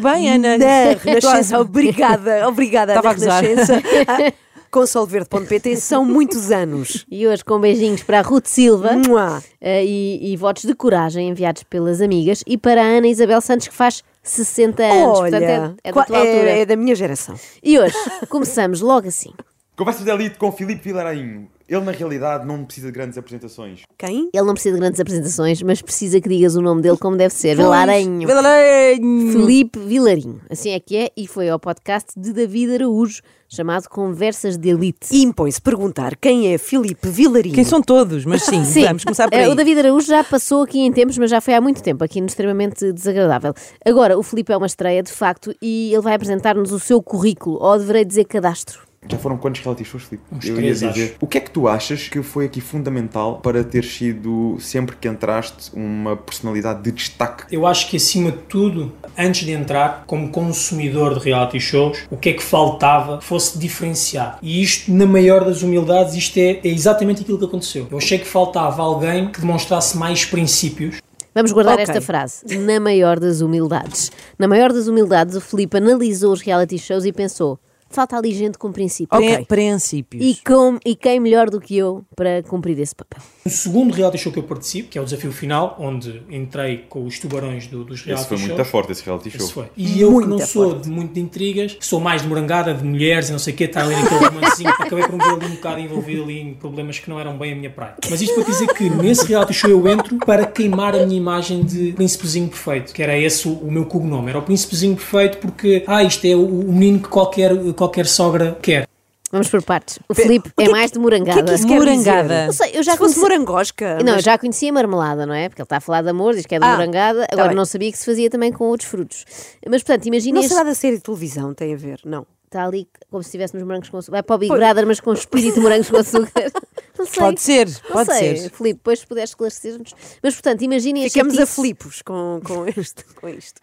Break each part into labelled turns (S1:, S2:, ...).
S1: bem, Ana.
S2: Na Renascença, obrigada, obrigada
S1: Estava a
S2: na
S1: gozar.
S2: Renascença. Ah, com solverde.pt são muitos anos.
S3: E hoje com beijinhos para a Ruth Silva
S2: Mua.
S3: eh, e, e votos de coragem enviados pelas amigas e para a Ana Isabel Santos que faz 60 anos. Portanto,
S2: Olha,
S3: é, é da
S2: qua-
S3: tua altura.
S2: é da minha geração.
S3: E hoje começamos logo assim.
S4: Conversas de Elite com Filipe Vilarainho. Ele, na realidade, não precisa de grandes apresentações.
S2: Quem?
S3: Ele não precisa de grandes apresentações, mas precisa que digas o nome dele como deve ser. Laranho.
S1: Vilarinho.
S3: Felipe Vilarinho, assim é que é, e foi ao podcast de David Araújo, chamado Conversas de Elite.
S2: E impõe-se perguntar quem é Filipe Vilarinho.
S1: Quem são todos, mas sim, vamos começar por
S3: Eh,
S1: aí.
S3: O David Araújo já passou aqui em tempos, mas já foi há muito tempo, aqui no extremamente desagradável. Agora, o Filipe é uma estreia, de facto, e ele vai apresentar-nos o seu currículo, ou deverei dizer cadastro.
S4: Já foram quantos reality shows, Filipe?
S5: Uns
S4: eu
S5: três,
S4: ia dizer.
S5: acho.
S4: O que é que tu achas que foi aqui fundamental para ter sido, sempre que entraste, uma personalidade de destaque?
S5: Eu acho que acima de tudo, antes de entrar como consumidor de reality shows, o que é que faltava que fosse diferenciar. E isto, na maior das humildades, isto é, é exatamente aquilo que aconteceu. Eu achei que faltava alguém que demonstrasse mais princípios.
S3: Vamos guardar
S2: Ok.
S3: esta frase, na maior das humildades. Na maior das humildades, o Filipe analisou os reality shows e pensou, falta ali gente com princípios.
S1: Pre-
S2: Ok.
S1: Princípios.
S3: E, com, e quem melhor do que eu para cumprir esse papel?
S5: No segundo reality show que eu participo, que é o Desafio Final, onde entrei com os tubarões do- dos reality
S4: Esse foi
S5: shows.
S4: muito forte, esse reality
S5: Esse
S4: show.
S5: foi. E eu que não
S2: Muita
S5: sou de, muito de intrigas, sou mais de morangada, de mulheres e não sei o quê, estar ali naquele romancinho, acabei por me ver ali um bocado envolvido ali em problemas que não eram bem a minha praia. Mas isto para dizer que nesse reality show eu entro para queimar a minha imagem de príncipezinho perfeito, que era esse o, o meu cognome, era o príncipezinho perfeito porque, ah, isto é o, o menino que qualquer, qualquer sogra quer.
S3: Vamos por partes. O Filipe é mais de morangada.
S2: O que é que isso quer
S1: Morangada.
S2: dizer?
S3: Não sei, eu já
S2: Se fosse
S3: conheci-
S2: morangosca.
S3: Não, eu
S2: Ah, mas-
S3: já conhecia a marmelada, não é? Porque ele está a falar de amor, diz que é de
S2: Ah,
S3: morangada,
S2: tá
S3: agora
S2: bem.
S3: não sabia que se fazia também com outros frutos. Mas portanto, imagina
S2: Não
S3: este.
S2: será da série de televisão, tem a ver, não.
S3: Está ali como se tivéssemos morangos com açúcar. Vai para o Big Brother, mas com um espírito de morangos com açúcar. Não sei.
S1: Pode ser, pode
S3: não sei.
S1: ser.
S3: Filipe, depois se puderes esclarecer-nos. Mas portanto, imaginem este.
S2: Ficamos aflipos com, com, este, com isto.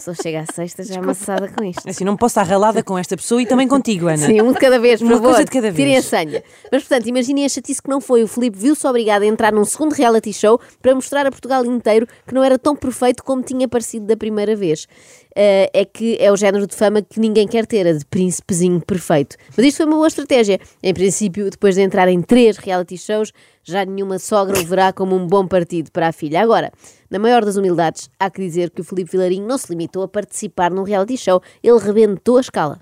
S3: Só chega à sexta já amassada com isto.
S1: Assim, não posso estar ralada com esta pessoa e também contigo, Ana.
S3: Sim, um de cada vez, por
S1: Uma
S3: favor.
S1: coisa de cada vez.
S3: Tirem a senha. Mas, portanto, imaginem a chatice que não foi. O Filipe viu-se obrigado a entrar num segundo reality show para mostrar a Portugal inteiro que não era tão perfeito como tinha parecido da primeira vez. Eh, é que é o género de fama que ninguém quer ter, a de príncipezinho perfeito. Mas isto foi uma boa estratégia. Em princípio, depois de entrar em três reality shows, já nenhuma sogra o verá como um bom partido para a filha. Agora, na maior das humildades, há que dizer que o Filipe Vilarinho não se limitou a participar num reality show. Ele rebentou a escala.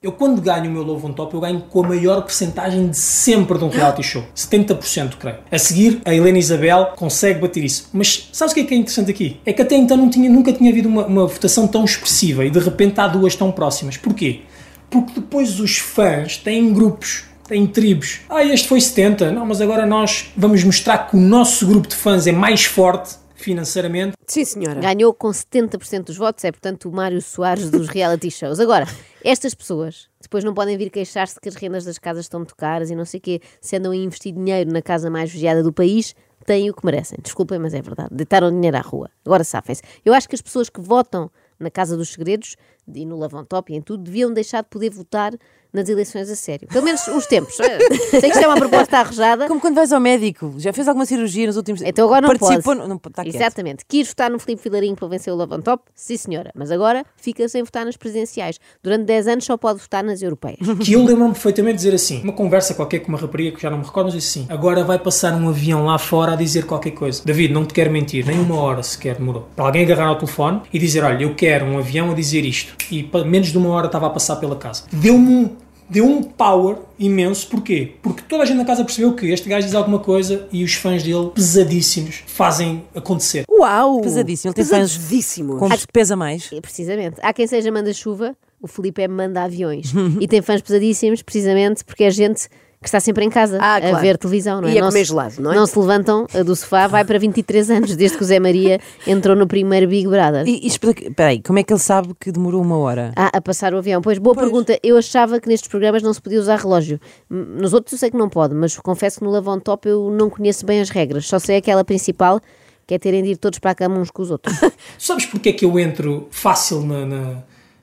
S5: Eu quando ganho o meu Love on Top, eu ganho com a maior percentagem de sempre de um reality show. 70%, creio. A seguir, a Helena Isabel consegue bater isso. Mas sabes o que é que é interessante aqui? É que até então não tinha- nunca tinha havido uma, uma votação tão expressiva e de repente há duas tão próximas. Porquê? Porque depois os fãs têm grupos, têm tribos. Ah, este foi 70. Não, mas agora nós vamos mostrar que o nosso grupo de fãs é mais forte financeiramente
S2: Sim, senhora.
S3: Ganhou com 70% dos votos, é portanto o Mário Soares dos reality shows. Agora, estas pessoas depois não podem vir queixar-se que as rendas das casas estão muito caras e não sei o quê, se andam a investir dinheiro na casa mais vigiada do país, têm o que merecem. Desculpem, mas é verdade. Deitaram dinheiro à rua. Agora safem-se. Eu acho que as pessoas que votam na Casa dos Segredos e no Lavon Top e em tudo deviam deixar de poder votar nas eleições a sério. Pelo menos uns tempos. Sei que isto é uma proposta arrojada,
S1: Como quando vais ao médico, já fez alguma cirurgia nos últimos
S3: então agora não
S1: Participou...
S3: pode.
S1: Não,
S2: tá
S1: está tá quieto.
S3: Exatamente. Quis votar no Filipe Filarinho para vencer o Love on Top? Sim, senhora. Mas agora fica sem votar nas presidenciais. Durante 10 anos só pode votar nas europeias.
S5: que eu lembro-me perfeitamente de dizer assim, uma conversa qualquer com uma rapariga que já não me recordo, mas disse assim, agora vai passar um avião lá fora a dizer qualquer coisa. David, não te quero mentir, nem uma hora sequer demorou. Para alguém agarrar o telefone e dizer, olha, eu quero um avião a dizer isto. E pa- menos de uma hora estava a passar pela casa. Deu-me um, deu um power imenso, porquê? Porque toda a gente na casa percebeu que este gajo diz alguma coisa e os fãs dele, pesadíssimos, fazem acontecer.
S2: Uau!
S1: Pesadíssimo. Ele tem fãs
S2: Pesadíssimo.
S1: com pesa mais.
S3: E, Precisamente. Há quem seja manda-chuva, o Filipe é manda-aviões. e tem fãs pesadíssimos, precisamente porque é gente que está sempre em casa
S2: Ah,
S3: a
S2: claro.
S3: ver televisão, não é?
S2: E a
S3: se-
S2: comer gelado, não é?
S3: se levantam uh, do sofá, vai para 23 anos, desde que o Zé Maria entrou no primeiro Big Brother.
S1: E, e explica... Espera aí, como é que ele sabe que demorou uma hora?
S3: Ah, a passar o avião. Pois, boa pergunta. Eu achava que nestes programas não se podia usar relógio. Hum, Nos outros eu sei que não pode, mas confesso que no Lavon Top eu não conheço bem as regras. Só sei aquela principal, que é terem de ir todos para a cama uns com os outros.
S5: Tu sabes porque é que eu entro fácil na, na-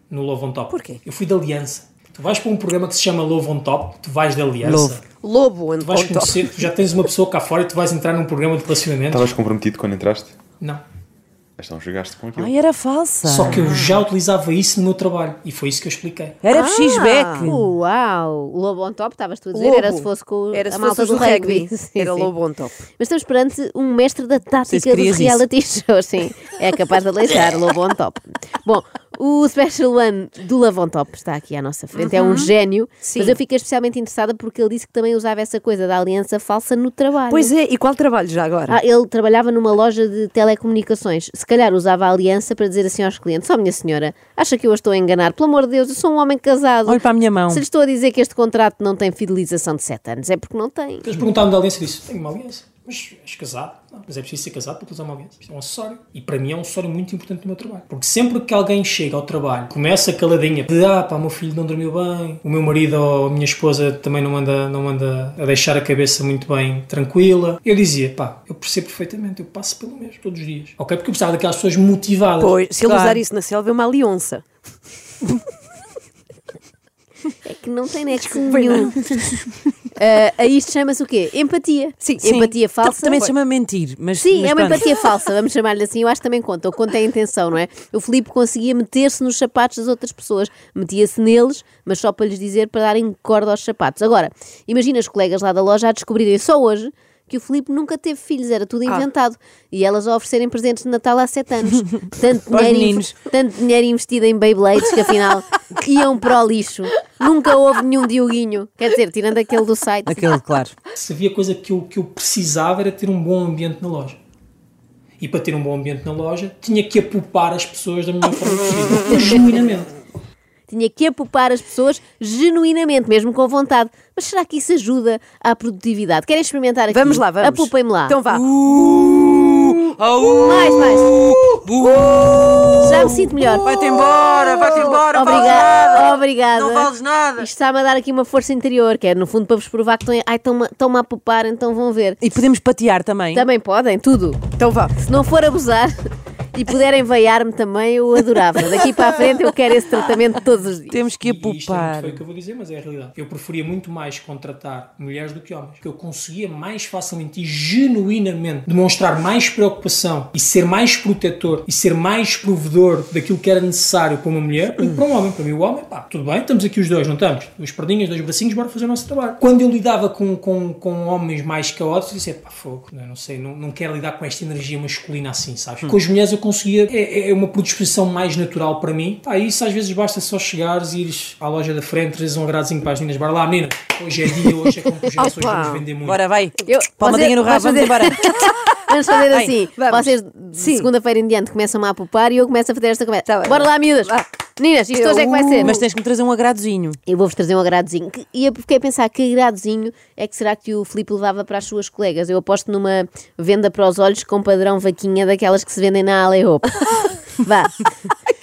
S5: no Love on Top?
S2: Porquê?
S5: Eu fui de aliança. Tu vais para um programa que se chama Love on Top, tu vais de aliança.
S1: Love.
S2: Lobo, and
S5: Tu vais
S2: on top.
S5: conhecer, tu já tens uma pessoa cá fora e tu vais entrar num programa de relacionamento.
S4: Estavas comprometido quando entraste?
S5: Não.
S4: Mas não jogaste com aquilo.
S1: Ai, era falsa.
S5: Só que eu já utilizava isso no meu trabalho e foi isso que eu expliquei.
S1: Era
S2: Ah.
S1: X-Beck.
S3: Uau! O Lobo on Top, estavas tu a dizer,
S2: Lobo.
S3: era se fosse com
S2: Era
S3: a
S2: se
S3: malta
S2: fosse
S3: do
S2: do
S3: rugby.
S2: rugby.
S3: Sim,
S2: Era
S3: sim.
S2: lobo on top.
S3: Mas estamos perante um mestre da
S1: Sei se
S3: tática
S1: querias
S3: dos reality shows, sim. É capaz de aleijar, Lobo on Top. Bom, o Special One do Love on Top está aqui à nossa frente, é um gênio,
S2: Uhum. Sim.
S3: mas eu fiquei especialmente interessada porque ele disse que também usava essa coisa da aliança falsa no trabalho.
S2: Pois é, e qual trabalho já agora?
S3: Ah, ele trabalhava numa loja de telecomunicações. Se calhar usava a aliança para dizer assim aos clientes: Ó, minha senhora, acha que eu a estou a enganar? Pelo amor de Deus, eu sou um homem casado.
S1: Olhe para a minha mão.
S3: Se lhe estou a dizer que este contrato não tem fidelização de 7 anos, é porque não tem.
S5: Eles perguntaram da aliança e disse: Tenho uma aliança, mas és casado? Não, mas é preciso ser casado para utilizar uma aliança. Isto é um acessório. E para mim é um acessório muito importante no meu trabalho. Porque sempre que alguém chega ao trabalho, começa aquela caladinha de: Ah, pá, o meu filho não dormiu bem, o meu marido ou a minha esposa também não anda, não anda a deixar a cabeça muito bem tranquila. Eu dizia: Pá, eu percebo perfeitamente, eu passo pelo mesmo todos os dias. Ok? Porque eu precisava daquelas pessoas motivadas.
S2: Pois, se ele
S1: Claro.
S2: usar isso na selva, é uma aliança.
S3: É que não tem nexo nenhum. Ah, a isto chama-se o quê? Empatia. Sim, Então, empatia falsa.
S1: Então, Também se chama mentir, mas.
S3: Sim,
S1: mas
S3: é uma
S1: pronto.
S3: empatia falsa, vamos chamar-lhe assim. Eu acho que também conta, ou conta a intenção, não é? O Filipe conseguia meter-se nos sapatos das outras pessoas, metia-se neles, mas só para lhes dizer para darem corda aos sapatos. Agora, imagina os colegas lá da loja a descobrirem só hoje que o Filipe nunca teve filhos, era tudo
S1: Ah.
S3: inventado. E elas a oferecerem presentes de Natal há sete anos. Tanto
S1: Para os
S3: dinheiro,
S1: meninos.
S3: inv- tanto dinheiro investido em Beyblades que afinal iam para o lixo. Nunca houve nenhum Dioguinho. Quer dizer, tirando aquele do site.
S1: Aquele, claro.
S5: se havia coisa que eu, que eu precisava era ter um bom ambiente na loja. E para ter um bom ambiente na loja, tinha que apupar as pessoas da melhor forma possível. Genuinamente.
S3: Tinha que apupar as pessoas genuinamente, mesmo com vontade. Mas será que isso ajuda à produtividade? Querem experimentar aqui?
S2: Vamos lá, vamos.
S3: Apupem-me lá.
S2: Então vá.
S1: Uh!
S3: mais, mais. Já me sinto melhor.
S1: Vai-te embora, vai-te embora,
S3: Obrigada, obrigada.
S1: Não vales nada.
S3: Isto está-me a dar aqui uma força interior, que é no fundo para vos provar que estão- ai, estão-me estão-me a apupar, então vão ver.
S1: E podemos patear também.
S3: Também podem, tudo.
S2: Então vá.
S3: Se não for abusar e puderem veiar-me também, eu adorava. Daqui para a frente eu quero esse tratamento todos os dias.
S1: Temos que
S5: E isto é muito
S1: apupar.
S5: feio o que eu vou dizer, mas é a realidade. Eu preferia muito mais contratar mulheres do que homens. Porque eu conseguia mais facilmente e genuinamente demonstrar mais preocupação e ser mais protetor e ser mais provedor daquilo que era necessário para uma mulher do que para um homem. Para mim, o homem, pá, tudo bem, estamos aqui os dois, não estamos? Duas perninhas, dois bracinhos, bora fazer o nosso trabalho. Então, Quando eu lidava com, com, com homens mais caóticos, eu dizia, pá, fogo, não, não sei, não, não quero lidar com esta energia masculina assim, sabes? Com as mulheres eu conseguia, é, é uma predisposição mais natural para mim. Pá, isso às vezes basta só chegares e ires à loja da frente, trazes um agradozinho para as meninas, bora lá, menina, hoje é dia, hoje é compujações,
S2: Opa.
S5: vamos vender muito.
S1: Bora, vai.
S3: Eu-
S1: Palmadinha no rabo,
S3: Vocês-
S1: vamos
S3: vais
S1: embora.
S3: Vamos fazer
S1: Bem,
S3: assim.
S2: vamos.
S3: Vocês, de segunda-feira em diante, começam-me a apupar e eu começo a fazer esta conversa.
S2: Tá bem.
S3: Bora lá, miúdas.
S2: Vá.
S3: Meninas, isto
S2: Eu-
S3: hoje é que vai ser.
S1: Mas tens que me trazer um agradozinho.
S3: Eu vou-vos trazer um agradozinho. Que- E eu fiquei a pensar que agradozinho é que será que o Filipe levava para as suas colegas. Eu aposto numa venda para os olhos com padrão vaquinha daquelas que se vendem na Alley Hope. Vá.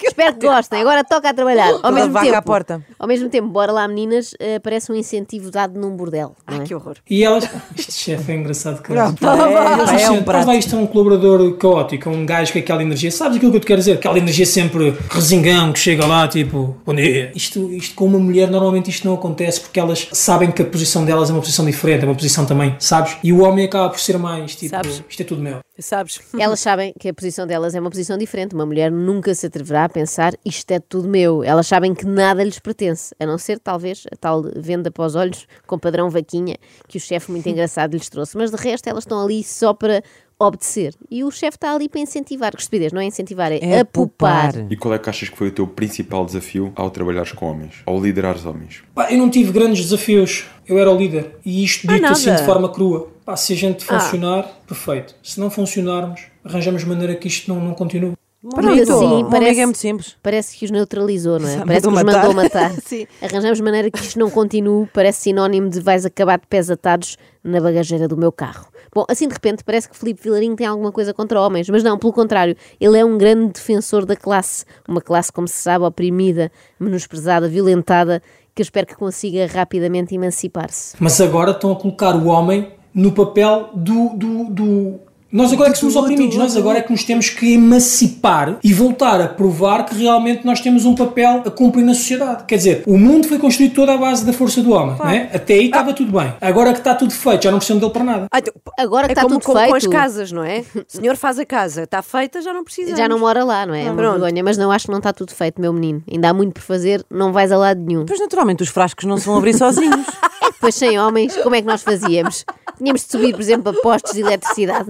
S3: Espero que gostem. Agora toca a trabalhar. Ao
S1: Toda
S3: mesmo
S1: vaca
S3: tempo,
S1: à porta.
S3: Ao mesmo tempo, bora lá, meninas, eh, parece um incentivo dado num bordel. não
S2: Ai,
S3: é?
S2: que horror.
S5: E elas, este chefe é engraçado, cara.
S1: É, é
S5: Mas
S1: um
S5: um
S1: prato.
S5: lá isto é um colaborador caótico, um gajo com aquela energia. Sabes aquilo que eu te quero dizer? Aquela energia sempre resingão que chega lá, tipo, bom dia. Isto, isto com uma mulher, normalmente isto não acontece porque elas sabem que a posição delas é uma posição diferente, é uma posição também, sabes? E o homem acaba por ser mais, tipo,
S2: Sabes?
S5: isto é tudo meu.
S2: Sabes?
S3: Elas sabem que a posição delas é uma posição diferente. Uma mulher nunca se atreverá a pensar isto é tudo meu. Elas sabem que nada lhes pertence, a não ser talvez a tal venda para os olhos com padrão vaquinha que o chefe muito engraçado lhes trouxe. Mas de resto, elas estão ali só para obedecer. E o chefe está ali para incentivar. Que estupidez, não é incentivar, é,
S1: É
S3: apupar.
S1: apupar.
S4: E qual é que achas que foi o teu principal desafio ao trabalhares com homens? Ao liderares homens?
S5: Pá, eu não tive grandes desafios. Eu era o líder. E isto
S1: Ah,
S5: dito
S2: nada.
S5: assim de forma crua. Pá, se a gente funcionar, perfeito. Se não funcionarmos, arranjamos maneira que isto não, não continue.
S3: Pronto, assim,
S1: o
S3: parece-
S1: amigo é muito simples.
S3: Parece que os neutralizou, não é?
S1: Mandou
S3: Parece que os
S1: matar.
S3: mandou matar.
S2: Sim.
S3: Arranjamos maneira que isto não continue, parece sinónimo de vais acabar de pés atados na bagageira do meu carro. Bom, assim de repente parece que Filipe Vilarinho tem alguma coisa contra homens, mas não, pelo contrário, ele é um grande defensor da classe. Uma classe, como se sabe, oprimida, menosprezada, violentada, que eu espero que consiga rapidamente emancipar-se.
S5: Mas agora estão a colocar o homem no papel do, do, do Nós agora é que somos
S2: Tudo,
S5: oprimidos,
S2: tudo,
S5: nós agora é que nos temos que emancipar e voltar a provar que realmente nós temos um papel a cumprir na sociedade. Quer dizer, o mundo foi construído toda à base da força do homem, não é? Até aí estava tudo bem. Agora que está tudo feito, já não precisamos dele para nada.
S2: Ah, então,
S3: Agora que
S2: é
S3: está
S2: como
S3: tudo
S2: com, com as
S3: feito.
S2: casas, não é? O senhor faz a casa, está feita, já não precisa.
S3: Já não mora lá, não é? É uma
S2: Pronto.
S3: vergonha, mas não acho que não está tudo feito, meu menino. Ainda há muito por fazer, não vais a lado nenhum.
S1: Pois naturalmente os frascos não se vão abrir sozinhos.
S3: É que depois sem homens, como é que nós fazíamos? Tínhamos de subir, por exemplo, a postos de eletricidade.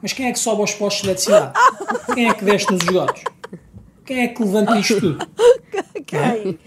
S5: Mas quem é que sobe aos postos de eletricidade? Quem é que desce nos esgotos? Quem é que levanta isto tudo? A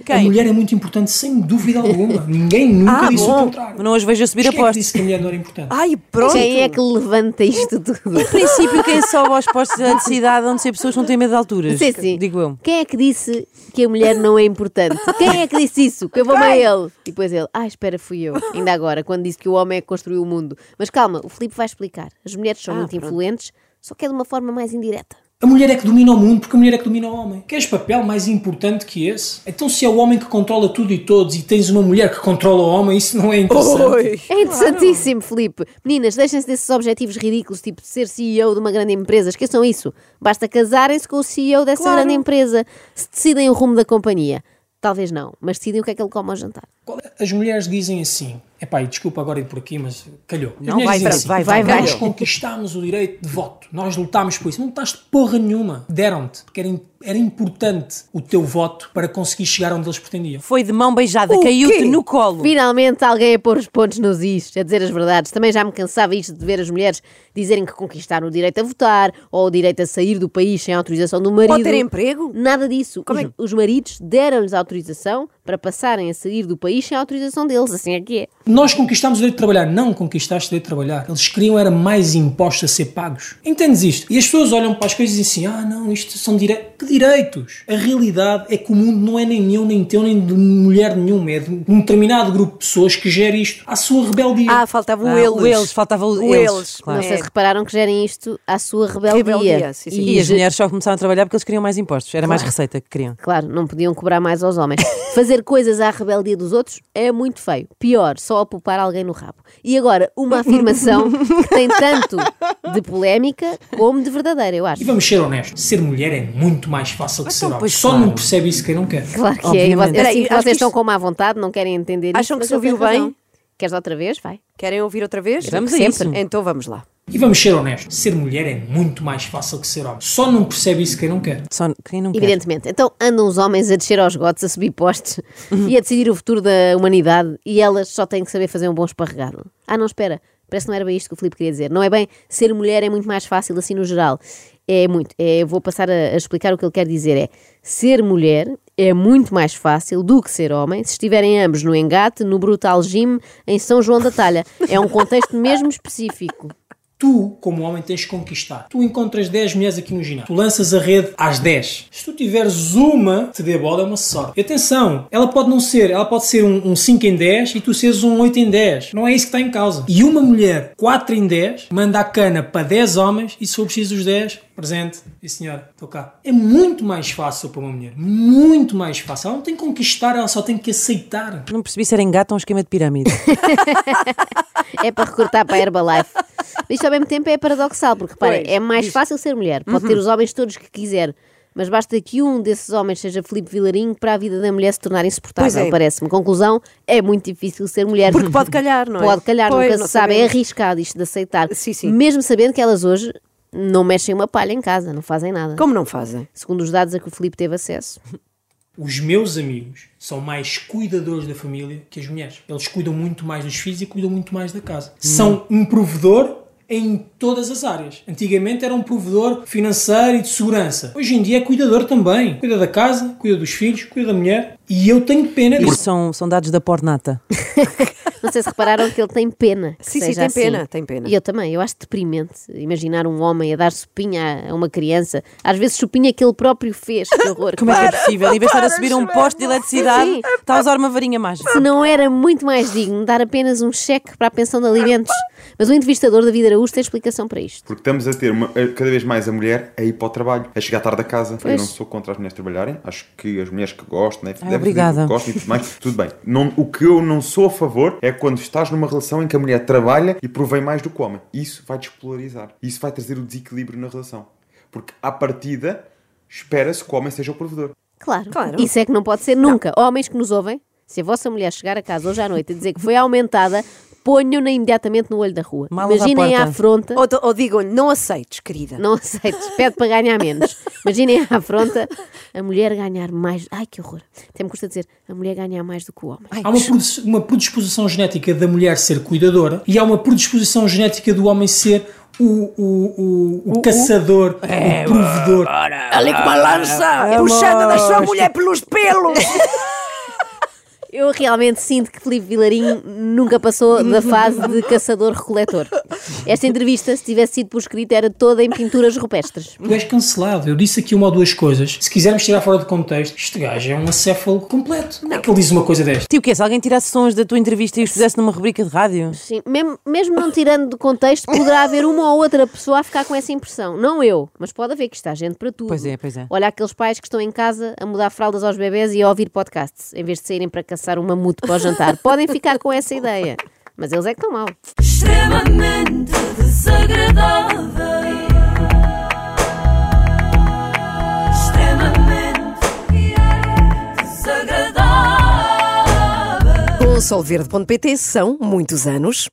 S1: Quem?
S5: mulher é muito importante, sem dúvida alguma. Ninguém nunca
S1: Ah,
S5: disse o
S1: bom.
S5: contrário.
S1: Não as vejo a subir
S5: Mas
S1: a
S5: quem é que
S1: postos.
S5: disse que a mulher não era importante?
S2: Ai, pronto.
S3: Quem é que levanta isto tudo?
S1: Em princípio, quem sobe aos postos de eletricidade onde ser pessoas que não têm medo de alturas.
S3: Sim, sim.
S1: Digo eu.
S3: Quem é que disse que a mulher não é importante? Quem é que disse isso? Que eu vou a ele. E depois ele, ah, espera, fui eu. Ainda agora, quando disse que o homem é que construiu o mundo. Mas calma, o Filipe vai explicar. As mulheres
S1: Ah,
S3: são muito influentes, só que é de uma forma mais indireta.
S5: A mulher é que domina o mundo porque a mulher é que domina o homem. Queres papel mais importante que esse? Então, se é o homem que controla tudo e todos e tens uma mulher que controla o homem, isso não é interessante.
S2: Oi.
S3: É interessantíssimo, Filipe. Meninas, deixem-se desses objetivos ridículos, tipo ser CEO de uma grande empresa. Esqueçam isso. Basta casarem-se com o CEO dessa grande empresa. Se decidem o rumo da companhia. Talvez não, mas decidem o que é que ele come ao jantar.
S5: Qual é- As mulheres dizem assim. Epá, e desculpa agora ir por aqui, mas calhou. As
S1: Não,
S5: mulheres
S1: vai,
S5: dizem assim,
S1: Fred, vai, vai,
S5: nós
S3: vai.
S5: conquistámos o direito de voto. Nós lutámos por isso. Não lutaste porra nenhuma. Deram-te. Porque era, im- era importante o teu voto para conseguir chegar onde eles pretendiam.
S1: Foi de mão beijada,
S2: O
S1: caiu-te
S2: quê?
S1: no colo.
S3: Finalmente alguém a pôr os pontos nos is, a dizer as verdades. Também já me cansava isto de ver as mulheres dizerem que conquistaram o direito a votar ou o direito a sair do país sem autorização do marido.
S2: Pode ter emprego?
S3: Nada disso. Os, os maridos deram-lhes autorização para passarem a sair do país sem autorização deles. Assim é que é.
S5: Nós conquistámos o direito de trabalhar. Não conquistaste o direito de trabalhar. Eles queriam era mais impostos a ser pagos. Entendes isto? E as pessoas olham para as coisas e dizem assim, ah não, isto são direitos. Que direitos? A realidade é que o mundo não é nem meu, nem teu, nem de mulher nenhuma. É de um determinado grupo de pessoas que gera isto à sua rebeldia.
S2: Ah, faltava o
S1: Ah,
S2: eles.
S1: o eles, faltava o eles, claro.
S3: Não
S2: é?
S3: sei se repararam que gerem isto à sua rebeldia.
S2: Rebeldia, sim, sim.
S1: E as
S3: ge-
S1: mulheres só começaram a trabalhar porque eles queriam mais impostos. Era mais receita que queriam.
S3: Claro, não podiam cobrar mais aos homens. Fazer coisas à rebeldia dos outros é muito feio. Pior, só a poupar alguém no rabo. E agora, uma afirmação que tem tanto de polémica como de verdadeira, eu
S5: E
S3: acho.
S5: vamos ser honestos, ser mulher é muito mais fácil que ser homem.
S1: Então, pois
S5: Só
S1: claro.
S5: não percebe isso quem não quer.
S3: Claro que
S1: Obviamente.
S3: é. Eu
S2: Peraí,
S3: sinto que vocês
S2: acho que
S3: estão
S2: isto-
S3: com má vontade, não querem entender
S2: Acham
S3: isso,
S2: que
S3: mas
S2: se
S3: ele
S2: ouviu
S3: tem razão.
S2: bem?
S3: Queres outra vez? Vai.
S2: Querem ouvir outra vez?
S1: Vamos a
S2: Sempre.
S1: isso.
S2: Então vamos lá.
S5: E vamos ser honestos, ser mulher é muito mais fácil que ser homem. Só não percebe isso quem não quer.
S1: Só quem não quer.
S3: Evidentemente. Então andam os homens a descer aos gotos, a subir postes e a decidir o futuro da humanidade e elas só têm que saber fazer um bom esparregado. Ah, não, espera. Parece que não era bem isto que o Filipe queria dizer. Não é bem ser mulher é muito mais fácil assim no geral. É muito. É, eu vou passar a, a explicar o que ele quer dizer. É ser mulher é muito mais fácil do que ser homem se estiverem ambos no engate, no brutal gym, em São João da Talha. É um contexto mesmo específico.
S5: Tu, como homem, tens que conquistar. Tu encontras 10 mulheres aqui no ginásio. Tu lanças a rede às 10. Se tu tiveres uma, que te dê bola, é uma sorte. E atenção, ela pode não ser. Ela pode ser um, um 5 em 10 e tu seres um 8 em 10. Não é isso que está em causa. E uma mulher, 4 em 10, manda a cana para 10 homens e se for preciso os 10, presente. E senhora, estou cá. É muito mais fácil para uma mulher. Muito mais fácil. Ela não tem que conquistar, ela só tem que aceitar.
S1: Não percebi se era engata ou um esquema de pirâmide.
S3: É para recortar para a Herbalife. Isto ao mesmo tempo é paradoxal, porque reparem, é mais fácil ser mulher. Pode
S2: Uhum.
S3: ter os homens todos que quiser. Mas basta que um desses homens seja Filipe Vilarinho para a vida da mulher se tornar insuportável,
S2: Pois é.
S3: parece-me. Conclusão, é muito difícil ser mulher.
S2: Porque pode calhar, não é?
S3: Pode calhar,
S2: Pois,
S3: nunca
S2: não
S3: se sabe. É
S2: sabemos.
S3: arriscado isto de aceitar.
S2: Sim, sim.
S3: Mesmo sabendo que elas hoje não mexem uma palha em casa, não fazem nada.
S2: Como não fazem?
S3: Segundo os dados a que o Filipe teve acesso.
S5: Os meus amigos são mais cuidadores da família que as mulheres. Eles cuidam muito mais dos filhos e cuidam muito mais da casa. São um provedor em todas as áreas. Antigamente era um provedor financeiro e de segurança. Hoje em dia é cuidador também. Cuida da casa, cuida dos filhos, cuida da mulher. E eu tenho pena
S1: Isto
S5: disso.
S1: são, são dados da pornata.
S3: Não sei se repararam que ele tem pena. que
S2: Sim, sim,
S3: seja
S2: tem
S3: assim.
S2: pena, tem pena.
S3: E eu também, eu acho deprimente imaginar um homem a dar chupinha a uma criança, às vezes chupinha que ele próprio fez, que horror.
S1: Como é que é possível? Em vez de estar a subir um poste de eletricidade,
S3: Sim.
S1: está a usar uma varinha mágica.
S3: Se não era muito mais digno dar apenas um cheque para a pensão de alimentos. Mas o entrevistador David Araújo tem explicação para isto.
S4: Porque estamos a ter uma- a- cada vez mais a mulher a ir para o trabalho, a chegar tarde a casa.
S3: Pois.
S4: Eu não sou contra as mulheres trabalharem, acho que as mulheres que gostam, né,
S1: Ah,
S4: devem fazer o
S1: obrigada.
S4: que gostam e tudo bem. tudo bem. Não- o que eu não sou a favor é é quando estás numa relação em que a mulher trabalha e provém mais do que o homem. Isso vai despolarizar. Isso vai trazer o desequilíbrio na relação. Porque, à partida, espera-se que o homem seja o provedor.
S3: Claro.
S2: Claro.
S3: Isso é que não pode ser nunca. Homens que nos ouvem, se a vossa mulher chegar a casa hoje à noite e dizer que foi aumentada, ponham-na imediatamente no olho da rua.
S1: Malas à
S3: Imaginem a
S1: porta.
S3: afronta.
S2: Ou, ou digam-lhe, não aceites, querida.
S3: Não aceites, pede para ganhar menos. Imaginem a afronta a mulher ganhar mais. Ai que horror! Até me custa dizer a mulher ganhar mais do que o homem.
S2: Ai,
S5: Há uma,
S2: que
S5: predis- uma predisposição genética da mulher ser cuidadora e há uma predisposição genética do homem ser o, o, o, É, o caçador, o provedor.
S2: Ali com é uma lança, puxando da sua mulher pelos pelos.
S3: Eu realmente sinto que Filipe Vilarinho nunca passou da fase de caçador-recoletor. Esta entrevista, se tivesse sido por escrito, era toda em pinturas rupestres.
S5: Tu és cancelado. Eu disse aqui uma ou duas coisas. Se quisermos tirar fora de contexto, este gajo é um acéfalo completo. Como é que ele diz uma coisa desta?
S1: Tipo, o quê? Se alguém tirasse sons da tua entrevista e os fizesse numa rubrica de rádio?
S3: Sim, mesmo, mesmo não tirando do contexto, poderá haver uma ou outra pessoa a ficar com essa impressão. Não eu, mas pode haver que está gente para tudo.
S1: Pois é, pois é.
S3: Olha aqueles pais que estão em casa a mudar fraldas aos bebés e a ouvir podcasts, em vez de saírem para caçar um mamute para o jantar. Podem ficar com essa ideia. Mas eles é que estão mal.
S6: extremamente desagradável. Extremamente desagradável.
S2: Com o solverde.pt são muitos anos.